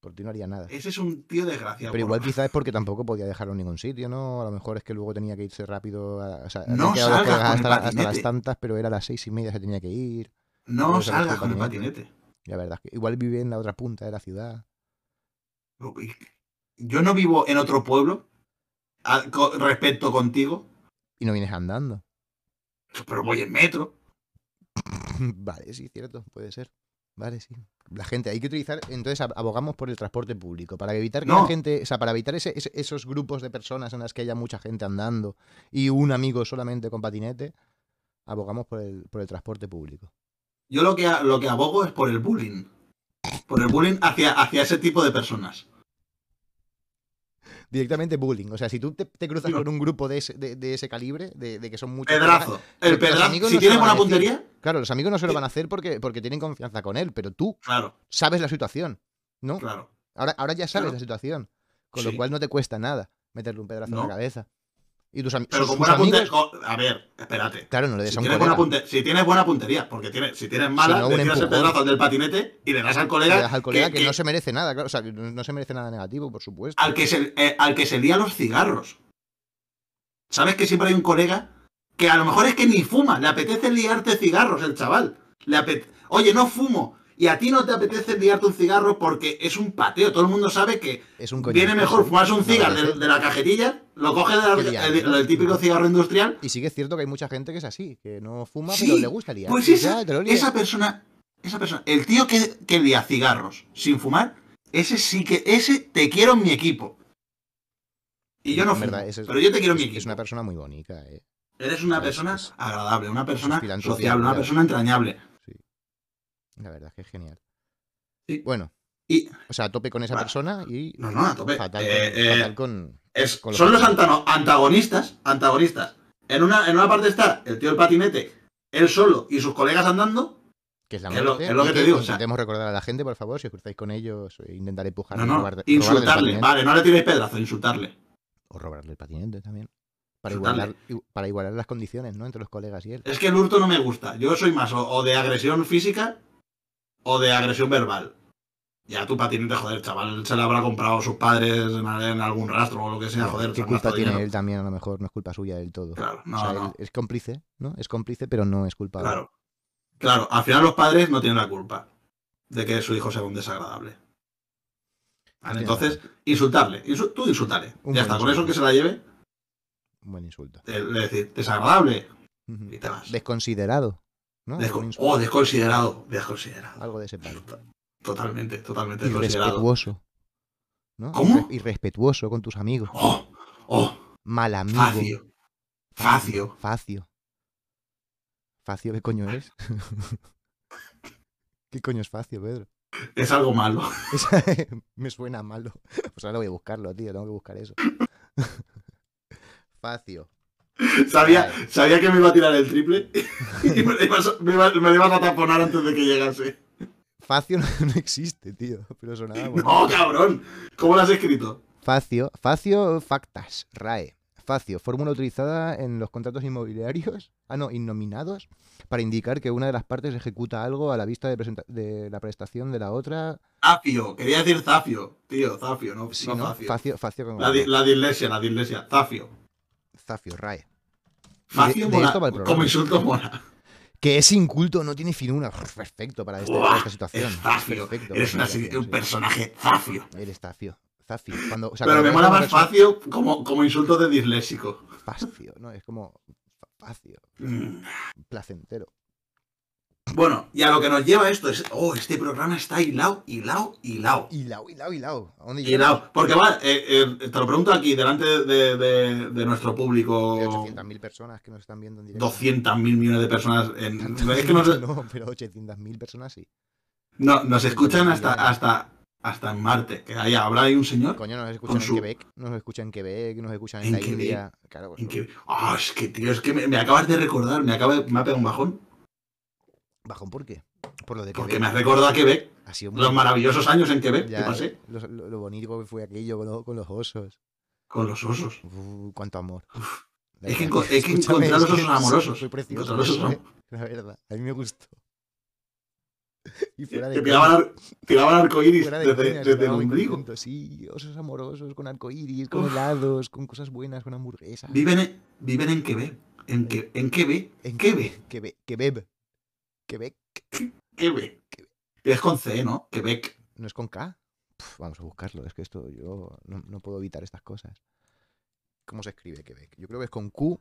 [SPEAKER 1] por ti no haría nada.
[SPEAKER 2] ese es un tío desgraciado.
[SPEAKER 1] Pero
[SPEAKER 2] por-
[SPEAKER 1] igual quizás es porque tampoco podía dejarlo en ningún sitio, ¿no? A lo mejor es que luego tenía que irse rápido. a- o sea, habían
[SPEAKER 2] No
[SPEAKER 1] quedado los
[SPEAKER 2] salgas
[SPEAKER 1] colegas
[SPEAKER 2] con el
[SPEAKER 1] hasta, la- hasta
[SPEAKER 2] patinete.
[SPEAKER 1] las tantas, pero era a las seis y media se tenía que ir.
[SPEAKER 2] No
[SPEAKER 1] no sabes
[SPEAKER 2] salgas
[SPEAKER 1] el
[SPEAKER 2] con el
[SPEAKER 1] patinete.
[SPEAKER 2] patinete.
[SPEAKER 1] La verdad es que igual vive en la otra punta de la ciudad.
[SPEAKER 2] Yo no vivo en otro pueblo. a- co- respecto contigo.
[SPEAKER 1] Y no vienes andando.
[SPEAKER 2] Pero voy en metro.
[SPEAKER 1] Vale, sí, cierto, puede ser. Vale, sí. La gente, hay que utilizar, entonces ab- abogamos por el transporte público, para evitar que
[SPEAKER 2] No.
[SPEAKER 1] la gente, o sea, para evitar ese- ese- esos grupos de personas en las que haya mucha gente andando y un amigo solamente con patinete, abogamos por el, por el transporte público.
[SPEAKER 2] Yo lo que, lo que abogo es por el bullying. Por el bullying hacia, hacia ese tipo de personas.
[SPEAKER 1] Directamente bullying. O sea, si tú te, te cruzas
[SPEAKER 2] No.
[SPEAKER 1] con un grupo de ese, de, de ese calibre, de, de que son muchos.
[SPEAKER 2] Pedrazo. El
[SPEAKER 1] Los
[SPEAKER 2] pedrazo.
[SPEAKER 1] amigos
[SPEAKER 2] Si
[SPEAKER 1] no se
[SPEAKER 2] tienes
[SPEAKER 1] van a
[SPEAKER 2] buena
[SPEAKER 1] decir.
[SPEAKER 2] puntería,
[SPEAKER 1] Claro, los amigos no se lo van a hacer porque, porque tienen confianza con él, pero tú
[SPEAKER 2] claro,
[SPEAKER 1] sabes la situación, ¿no?
[SPEAKER 2] claro.
[SPEAKER 1] Ahora, ahora ya sabes
[SPEAKER 2] Claro.
[SPEAKER 1] la situación, con
[SPEAKER 2] Sí.
[SPEAKER 1] lo cual no te cuesta nada meterle un pedazo en
[SPEAKER 2] No.
[SPEAKER 1] la cabeza. Y tus, am-
[SPEAKER 2] Pero
[SPEAKER 1] sus-
[SPEAKER 2] con
[SPEAKER 1] sus
[SPEAKER 2] buena puntería.
[SPEAKER 1] amigos-
[SPEAKER 2] A ver, espérate.
[SPEAKER 1] Claro, no le des
[SPEAKER 2] Si
[SPEAKER 1] a un
[SPEAKER 2] tienes,
[SPEAKER 1] colega.
[SPEAKER 2] buena punte- si tienes buena puntería, porque tienes, si tienes mala,
[SPEAKER 1] Si no, un
[SPEAKER 2] le tiras el
[SPEAKER 1] empujón.
[SPEAKER 2] pedazo al del patinete y le das al colega,
[SPEAKER 1] Le das al colega que, no se merece nada, claro, o sea, que no no se merece nada negativo, por supuesto.
[SPEAKER 2] al, que se, eh, al que se lía los cigarros. ¿Sabes que siempre hay un colega que a lo mejor es que ni fuma, le apetece liarte cigarros el chaval? Le apet- Oye, no fumo. Y a ti no te apetece liarte un cigarro porque es un pateo. Todo el mundo sabe que
[SPEAKER 1] Es un coñazo.
[SPEAKER 2] viene mejor fumarse un
[SPEAKER 1] No
[SPEAKER 2] cigarro
[SPEAKER 1] merece.
[SPEAKER 2] de, de la cajetilla, lo coge del
[SPEAKER 1] Que liar,
[SPEAKER 2] el-
[SPEAKER 1] ¿no?
[SPEAKER 2] el típico cigarro industrial
[SPEAKER 1] Y sí que es cierto que hay mucha gente que es así, que no fuma,
[SPEAKER 2] Sí,
[SPEAKER 1] pero le gusta liar.
[SPEAKER 2] Pues
[SPEAKER 1] Y
[SPEAKER 2] esa,
[SPEAKER 1] ya, te lo lía.
[SPEAKER 2] esa persona, esa persona, el tío que, que lía cigarros sin fumar, ese sí que, ese te quiero en mi equipo. Y yo no
[SPEAKER 1] En
[SPEAKER 2] fumo,
[SPEAKER 1] verdad, ese es-
[SPEAKER 2] pero yo te quiero en mi
[SPEAKER 1] es,
[SPEAKER 2] equipo.
[SPEAKER 1] es una persona muy bonita, eh.
[SPEAKER 2] Eres una
[SPEAKER 1] es-
[SPEAKER 2] persona
[SPEAKER 1] es-
[SPEAKER 2] agradable, una persona
[SPEAKER 1] filantropía,
[SPEAKER 2] sociable, una
[SPEAKER 1] claro.
[SPEAKER 2] persona entrañable.
[SPEAKER 1] La verdad es que es genial.
[SPEAKER 2] Sí.
[SPEAKER 1] Bueno.
[SPEAKER 2] Y-
[SPEAKER 1] o sea, a tope con esa
[SPEAKER 2] Vale.
[SPEAKER 1] persona y
[SPEAKER 2] No, no, a tope.
[SPEAKER 1] fatal,
[SPEAKER 2] Eh,
[SPEAKER 1] con,
[SPEAKER 2] eh,
[SPEAKER 1] fatal con-
[SPEAKER 2] es-
[SPEAKER 1] con
[SPEAKER 2] son los
[SPEAKER 1] otros.
[SPEAKER 2] antano- antagonistas, antagonistas. En una, en una parte está el tío del patinete, él solo y sus colegas andando.
[SPEAKER 1] Que es la
[SPEAKER 2] es lo-
[SPEAKER 1] muerte.
[SPEAKER 2] es lo que
[SPEAKER 1] y
[SPEAKER 2] te digo, o sea-
[SPEAKER 1] Intentemos recordar a la gente, por favor, si os cruzáis con ellos, eh, intentar empujar,
[SPEAKER 2] No, no,
[SPEAKER 1] robar de- robar del
[SPEAKER 2] insultarle.
[SPEAKER 1] patinete.
[SPEAKER 2] Vale, no le tiréis pedazo, insultarle.
[SPEAKER 1] O robarle el patinete también. Para
[SPEAKER 2] Insultarle.
[SPEAKER 1] igualar, igu- para igualar las condiciones, ¿no? Entre los colegas y él.
[SPEAKER 2] Es que el hurto no me gusta. Yo soy más o, o de agresión física o de agresión verbal. Ya tu patinete, joder, chaval, se la habrá comprado sus padres en, en algún rastro o lo que sea, Eh, joder. se
[SPEAKER 1] ¿Qué
[SPEAKER 2] han
[SPEAKER 1] culpa
[SPEAKER 2] gastado
[SPEAKER 1] tiene
[SPEAKER 2] dinero.
[SPEAKER 1] él también? A lo mejor no es culpa suya del todo.
[SPEAKER 2] Claro, no,
[SPEAKER 1] o sea, él
[SPEAKER 2] no,
[SPEAKER 1] es cómplice, ¿no? Es cómplice, pero no es culpable.
[SPEAKER 2] claro. Claro, al final los padres no tienen la culpa de que su hijo sea un desagradable.
[SPEAKER 1] Tiene
[SPEAKER 2] Vale, entonces, insultarle. insu- tú insultale.
[SPEAKER 1] Un buen
[SPEAKER 2] ya está, con
[SPEAKER 1] insulto.
[SPEAKER 2] eso que se la lleve,
[SPEAKER 1] Un buen insulto.
[SPEAKER 2] te- le decir, desagradable
[SPEAKER 1] Ujú.
[SPEAKER 2] y te vas.
[SPEAKER 1] Desconsiderado, ¿no?
[SPEAKER 2] Desco-
[SPEAKER 1] Un insulto,
[SPEAKER 2] oh, desconsiderado, desconsiderado.
[SPEAKER 1] Algo de ese palo.
[SPEAKER 2] Totalmente, totalmente desconsiderado.
[SPEAKER 1] Irrespetuoso. ¿no?
[SPEAKER 2] ¿Cómo?
[SPEAKER 1] Irre- Irrespetuoso con tus amigos.
[SPEAKER 2] ¡Oh! ¡Oh!
[SPEAKER 1] Mal amigo.
[SPEAKER 2] Facio. Facio.
[SPEAKER 1] Facio. Facio, ¿qué coño eres? ¿Qué coño es Facio, Pedro?
[SPEAKER 2] Es algo malo.
[SPEAKER 1] Esa- me suena malo. Pues ahora voy a buscarlo, tío. Tengo que buscar eso. Facio.
[SPEAKER 2] Sabía, sabía que me iba a tirar el triple y me lo ibas a- me iba- me lo ibas a taponar antes de que llegase.
[SPEAKER 1] Facio no, no existe, tío. Pero sonaba bueno.
[SPEAKER 2] No, Oh, cabrón. ¿Cómo lo has escrito?
[SPEAKER 1] Facio. Facio Factas. RAE. Facio. Fórmula utilizada en los contratos inmobiliarios. Ah, no, innominados. Para indicar que una de las partes ejecuta algo a la vista de, presenta- de la prestación de la otra.
[SPEAKER 2] Zafio. Quería decir zafio. Tío, zafio, no,
[SPEAKER 1] Sí,
[SPEAKER 2] no
[SPEAKER 1] ¿no?
[SPEAKER 2] zafio.
[SPEAKER 1] Facio, facio con
[SPEAKER 2] La, di- la dislexia, la dislexia. Zafio.
[SPEAKER 1] Zafio, RAE.
[SPEAKER 2] Facio
[SPEAKER 1] de
[SPEAKER 2] mola.
[SPEAKER 1] esto va el programa.
[SPEAKER 2] Como insulto mola.
[SPEAKER 1] Que es inculto, no tiene finura. Perfecto para, este- para
[SPEAKER 2] Buah,
[SPEAKER 1] esta situación.
[SPEAKER 2] Es zafio.
[SPEAKER 1] Perfecto.
[SPEAKER 2] Eres una-
[SPEAKER 1] para esta situación,
[SPEAKER 2] un
[SPEAKER 1] sí.
[SPEAKER 2] personaje zafio.
[SPEAKER 1] Eres zafio. Zafio. Cuando, o sea, cuando
[SPEAKER 2] Pero me
[SPEAKER 1] ves
[SPEAKER 2] mola
[SPEAKER 1] a una
[SPEAKER 2] más
[SPEAKER 1] persona-
[SPEAKER 2] facio como, como insulto de disléxico.
[SPEAKER 1] Facio, ¿no? Es como fa- facio,
[SPEAKER 2] Mm.
[SPEAKER 1] placentero.
[SPEAKER 2] Bueno, y a lo que nos lleva esto es, oh, este programa está hilado, hilado, hilado.
[SPEAKER 1] Hilao, hilao, hilao. ¿A dónde llegamos?
[SPEAKER 2] Hilado. Porque va, eh, eh, te lo pregunto aquí, delante de, de- de nuestro
[SPEAKER 1] De
[SPEAKER 2] público,
[SPEAKER 1] 800.000 personas que nos están viendo en directo.
[SPEAKER 2] 200.000 millones de personas. en-
[SPEAKER 1] Tanto
[SPEAKER 2] es que nos,
[SPEAKER 1] no, pero 800.000 personas sí.
[SPEAKER 2] no, nos escuchan hasta, hasta, hasta en Marte. Que ahí habrá ahí un señor.
[SPEAKER 1] Coño, nos escuchan
[SPEAKER 2] Con
[SPEAKER 1] en
[SPEAKER 2] su-
[SPEAKER 1] Quebec, nos escuchan en Quebec, nos escuchan en,
[SPEAKER 2] En
[SPEAKER 1] la
[SPEAKER 2] Quebec.
[SPEAKER 1] India. Claro,
[SPEAKER 2] en que- ah, es que, tío, es que me, me acabas de recordar, me, acaba, me ha pegado un bajón.
[SPEAKER 1] ¿bajón por qué? Por lo de
[SPEAKER 2] Porque
[SPEAKER 1] Quebec.
[SPEAKER 2] me has recordado a Quebec,
[SPEAKER 1] Ha sido muy-
[SPEAKER 2] los maravillosos años en Quebec
[SPEAKER 1] ya, eh.
[SPEAKER 2] que pasé
[SPEAKER 1] los- lo, lo bonito que fue aquello con, lo- con los osos.
[SPEAKER 2] con los osos.
[SPEAKER 1] Uf, cuánto amor. La
[SPEAKER 2] Es que,
[SPEAKER 1] verdad
[SPEAKER 2] enco- es que
[SPEAKER 1] escúchame,
[SPEAKER 2] encontrar los
[SPEAKER 1] es que
[SPEAKER 2] osos amorosos.
[SPEAKER 1] Fue precioso.
[SPEAKER 2] Encontrar los osos
[SPEAKER 1] eso,
[SPEAKER 2] amorosos.
[SPEAKER 1] eh, La verdad, a mí me gustó. Y fuera de
[SPEAKER 2] Que tiraban, ar- tiraban arcoíris
[SPEAKER 1] fuera de
[SPEAKER 2] desde,
[SPEAKER 1] coña,
[SPEAKER 2] desde el
[SPEAKER 1] estaba muy
[SPEAKER 2] ombligo.
[SPEAKER 1] contento, Sí, osos amorosos, con arcoíris, con helados, con cosas buenas, con hamburguesas.
[SPEAKER 2] Viven en, viven en Quebec. ¿En, que, en Quebec?
[SPEAKER 1] En
[SPEAKER 2] Quebec.
[SPEAKER 1] Quebec. Quebec. Quebec.
[SPEAKER 2] Quebec. Es con C, ¿no? Quebec.
[SPEAKER 1] ¿No es con K? Puf, vamos a buscarlo, es que esto yo no, no puedo evitar estas cosas. ¿Cómo se escribe Quebec? Yo creo que es con Q.
[SPEAKER 2] E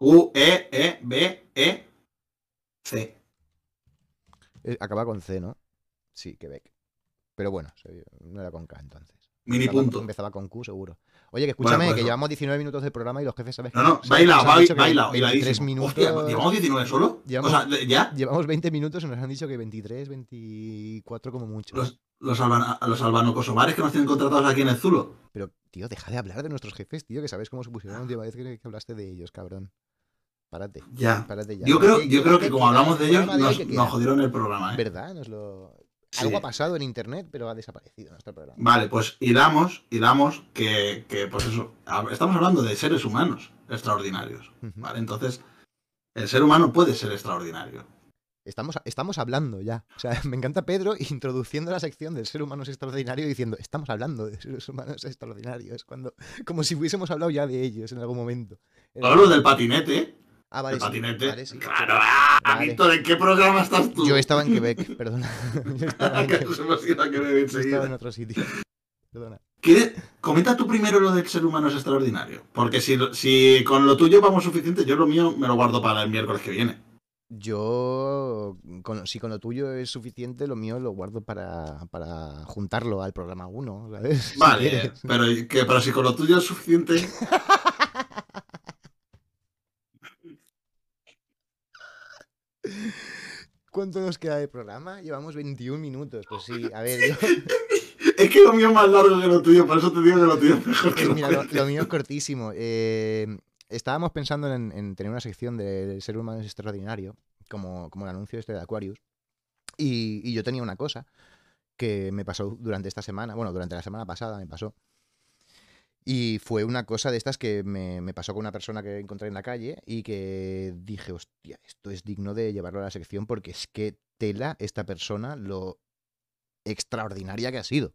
[SPEAKER 2] U-E-E-B-E-C.
[SPEAKER 1] eh, Acaba con C, ¿no? Sí, Quebec. Pero bueno, se- no era con K entonces.
[SPEAKER 2] Mini
[SPEAKER 1] Empezaba-
[SPEAKER 2] punto.
[SPEAKER 1] Empezaba con Q, seguro. Oye, que escúchame,
[SPEAKER 2] Bueno, pues
[SPEAKER 1] que
[SPEAKER 2] no.
[SPEAKER 1] llevamos 19 minutos del programa y los jefes, ¿sabes?
[SPEAKER 2] No,
[SPEAKER 1] que-
[SPEAKER 2] no,
[SPEAKER 1] se-
[SPEAKER 2] baila,
[SPEAKER 1] nos han
[SPEAKER 2] baila,
[SPEAKER 1] dicho que
[SPEAKER 2] baila,
[SPEAKER 1] 23
[SPEAKER 2] bailadísimo.
[SPEAKER 1] minutos.
[SPEAKER 2] Hostia, ¿llevamos 19 solo?
[SPEAKER 1] Llevamos-
[SPEAKER 2] O sea, de- ¿ya?
[SPEAKER 1] Llevamos 20 minutos y nos han dicho que 23, 24 como mucho.
[SPEAKER 2] Los, los, alban- los albanocosovares que nos tienen contratados aquí en el Zulo.
[SPEAKER 1] Pero, tío, deja de hablar de nuestros jefes, tío, que sabes cómo se pusieron la última vez que, que hablaste de ellos, cabrón. Párate,
[SPEAKER 2] Ya.
[SPEAKER 1] párate ya.
[SPEAKER 2] Yo creo,
[SPEAKER 1] Oye,
[SPEAKER 2] yo creo que como hablamos de ellos,
[SPEAKER 1] programa de hoy
[SPEAKER 2] nos,
[SPEAKER 1] que
[SPEAKER 2] nos
[SPEAKER 1] queda.
[SPEAKER 2] jodieron el programa, ¿eh?
[SPEAKER 1] ¿Verdad? Nos lo...
[SPEAKER 2] Sí.
[SPEAKER 1] Algo ha pasado en internet, pero ha desaparecido nuestro programa.
[SPEAKER 2] Vale, pues hilamos, hilamos que, que, pues eso, hab- estamos hablando de seres humanos extraordinarios,
[SPEAKER 1] Ujú.
[SPEAKER 2] ¿vale? Entonces, el ser humano puede ser extraordinario.
[SPEAKER 1] Estamos, estamos hablando ya. O sea, me encanta Pedro introduciendo la sección del ser humano es extraordinario diciendo, estamos hablando de seres humanos extraordinarios. Cuando, como si hubiésemos hablado ya de ellos en algún momento.
[SPEAKER 2] Hablo del patinete,
[SPEAKER 1] Ah, vale.
[SPEAKER 2] del
[SPEAKER 1] sí,
[SPEAKER 2] patinete.
[SPEAKER 1] vale, sí.
[SPEAKER 2] Claro, ah,
[SPEAKER 1] Vale.
[SPEAKER 2] Víctor, ¿en qué programa estás tú?
[SPEAKER 1] Yo estaba en Quebec, perdona. Yo estaba en
[SPEAKER 2] que
[SPEAKER 1] Quebec.
[SPEAKER 2] nos hemos ido a
[SPEAKER 1] Yo
[SPEAKER 2] Quebec
[SPEAKER 1] estaba en
[SPEAKER 2] enseguida.
[SPEAKER 1] otro sitio. Perdona.
[SPEAKER 2] ¿Qué? Comenta tú primero lo del ser humano es extraordinario. Porque si, lo- si con lo tuyo vamos suficiente, yo lo mío me lo guardo para el miércoles que viene.
[SPEAKER 1] Yo, con- si con lo tuyo es suficiente, lo mío lo guardo para, para juntarlo al programa 1, ¿sabes? Si
[SPEAKER 2] Vale,
[SPEAKER 1] quieres.
[SPEAKER 2] pero, que, pero si con lo tuyo es suficiente,
[SPEAKER 1] ¿Cuánto nos queda de programa? Llevamos 21 minutos. Pues sí, a ver, yo,
[SPEAKER 2] Es que lo mío es más largo que lo tuyo, por eso te digo que lo tuyo es mejor que
[SPEAKER 1] Pues
[SPEAKER 2] lo
[SPEAKER 1] mira, lo,
[SPEAKER 2] mío.
[SPEAKER 1] lo mío es cortísimo. Eh, estábamos pensando en, en tener una sección del ser humano es extraordinario, como, como el anuncio este de Aquarius. Y, y yo tenía una cosa que me pasó durante esta semana, bueno, durante la semana pasada me pasó. Y fue una cosa de estas que me, me pasó con una persona que encontré en la calle y que dije, hostia, esto es digno de llevarlo a la sección porque es que tela esta persona lo extraordinaria que ha sido.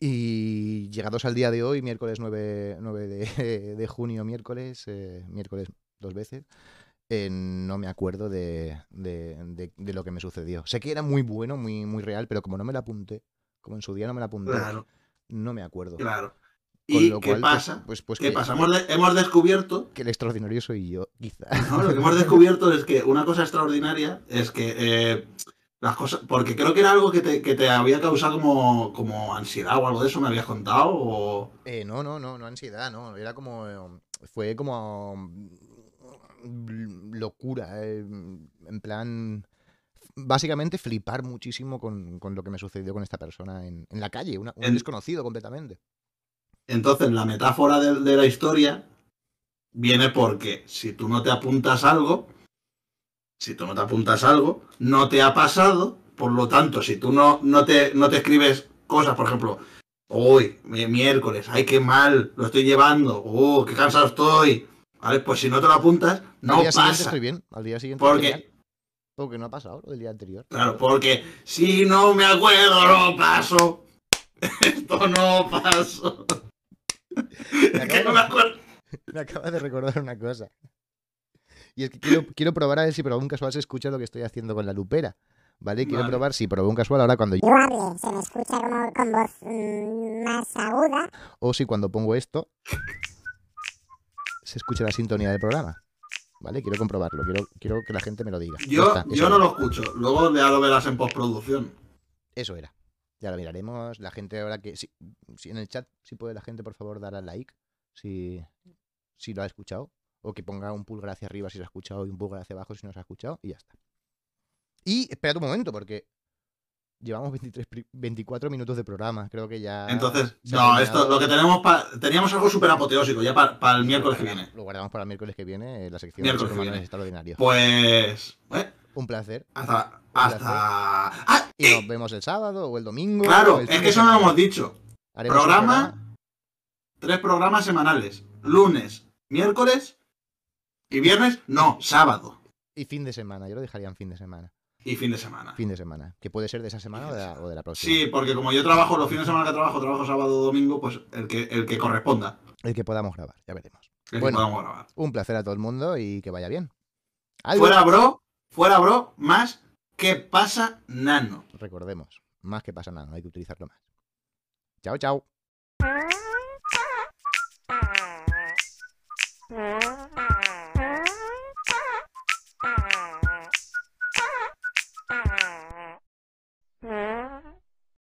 [SPEAKER 1] Y llegados al día de hoy, miércoles 9, 9 de, de junio, miércoles, eh, miércoles dos veces, eh, no me acuerdo de, de- de- de lo que me sucedió. Sé que era muy bueno, muy, muy real, pero como no me la apunté, como en su día no me la apunté,
[SPEAKER 2] Claro,
[SPEAKER 1] no me acuerdo.
[SPEAKER 2] claro.
[SPEAKER 1] Con
[SPEAKER 2] ¿Y
[SPEAKER 1] lo
[SPEAKER 2] qué
[SPEAKER 1] cual, pues-
[SPEAKER 2] pasa?
[SPEAKER 1] Pues, pues
[SPEAKER 2] ¿Qué
[SPEAKER 1] que,
[SPEAKER 2] pasa? Hemos, de- hemos descubierto,
[SPEAKER 1] que el extraordinario soy yo, quizá.
[SPEAKER 2] ¿no? lo que hemos descubierto es que una cosa extraordinaria es que eh, las cosas, porque creo que era algo que te, que te había causado como, como ansiedad o algo de eso, me habías contado, o...
[SPEAKER 1] Eh, no, no, no, no ansiedad, no. Era como. eh, Fue como. mm, Locura. eh, En plan. Básicamente flipar muchísimo con, con lo que me sucedió con esta persona en, en la calle, una- un
[SPEAKER 2] En-
[SPEAKER 1] desconocido completamente.
[SPEAKER 2] Entonces, la metáfora de, de la historia viene porque si tú no te apuntas algo, si tú no te apuntas algo, no te ha pasado, por lo tanto, si tú no, no, te, no te escribes cosas, por ejemplo, hoy, mi- miércoles, ay, qué mal, lo estoy llevando, oh, qué cansado estoy, ¿vale? Pues si no te lo apuntas, no
[SPEAKER 1] al día siguiente
[SPEAKER 2] pasa,
[SPEAKER 1] estoy bien, al día siguiente estoy
[SPEAKER 2] porque...
[SPEAKER 1] genial, porque no ha pasado lo del día anterior.
[SPEAKER 2] Claro, porque si no me acuerdo, no paso. Esto no paso. Es que no me acuerdo.
[SPEAKER 1] Me acaba de recordar una cosa. Y es que quiero, quiero probar a ver si por algún casual se escucha lo que estoy haciendo con la lupera. ¿Vale? Quiero
[SPEAKER 2] Vale.
[SPEAKER 1] probar si por algún casual ahora cuando
[SPEAKER 3] Yo hablé, se me escucha como con voz mm, más aguda.
[SPEAKER 1] o si cuando pongo esto se escucha la sintonía del programa. ¿Vale? Quiero comprobarlo, quiero, quiero que la gente me lo diga. Ya
[SPEAKER 2] Yo,
[SPEAKER 1] está, eso
[SPEAKER 2] yo no
[SPEAKER 1] era.
[SPEAKER 2] lo escucho. Luego ya lo verás en postproducción.
[SPEAKER 1] Eso era. Ya lo miraremos. La gente ahora que. Si, si en el chat, si puede la gente, por favor, dar al like si, si lo ha escuchado. O que ponga un pulgar hacia arriba si lo ha escuchado y un pulgar hacia abajo si no se ha escuchado. Y ya está. Y esperad un momento, porque llevamos 23, pri- 24 minutos de programa. Creo que ya.
[SPEAKER 2] Entonces,
[SPEAKER 1] Ah, se ha
[SPEAKER 2] no, esto,
[SPEAKER 1] terminado.
[SPEAKER 2] lo que tenemos pa- teníamos algo súper apoteósico ya para el miércoles que viene.
[SPEAKER 1] Lo guardamos para el miércoles que viene, eh, la sección
[SPEAKER 2] Miércoles
[SPEAKER 1] de
[SPEAKER 2] que
[SPEAKER 1] Superman
[SPEAKER 2] viene.
[SPEAKER 1] es extraordinario.
[SPEAKER 2] Pues, eh,
[SPEAKER 1] Un placer.
[SPEAKER 2] hasta, hasta, ah,
[SPEAKER 1] Y nos vemos el sábado o el domingo. o
[SPEAKER 2] claro,
[SPEAKER 1] el
[SPEAKER 2] es
[SPEAKER 1] fin
[SPEAKER 2] que
[SPEAKER 1] de
[SPEAKER 2] eso no lo
[SPEAKER 1] semana.
[SPEAKER 2] hemos dicho.
[SPEAKER 1] Haremos un
[SPEAKER 2] Programa, tres programas semanales, lunes, miércoles y viernes, no, sábado
[SPEAKER 1] Y fin de semana. Yo lo dejaría en fin de semana.
[SPEAKER 2] y fin de semana.
[SPEAKER 1] Fin de semana. Que puede ser de esa semana o de la, o de la próxima.
[SPEAKER 2] Sí, porque como yo trabajo los fines de semana que trabajo, trabajo sábado, domingo, pues el que, el que corresponda,
[SPEAKER 1] El que podamos grabar. Ya veremos.
[SPEAKER 2] el
[SPEAKER 1] Bueno.
[SPEAKER 2] que podamos grabar.
[SPEAKER 1] Un placer a todo el mundo y que vaya bien. Algo,
[SPEAKER 2] Fuera bro, fuera bro, más ¿Qué pasa nano?
[SPEAKER 1] recordemos. Más que pasa nada. No hay que utilizarlo más. Chao, chao.
[SPEAKER 3] Mm.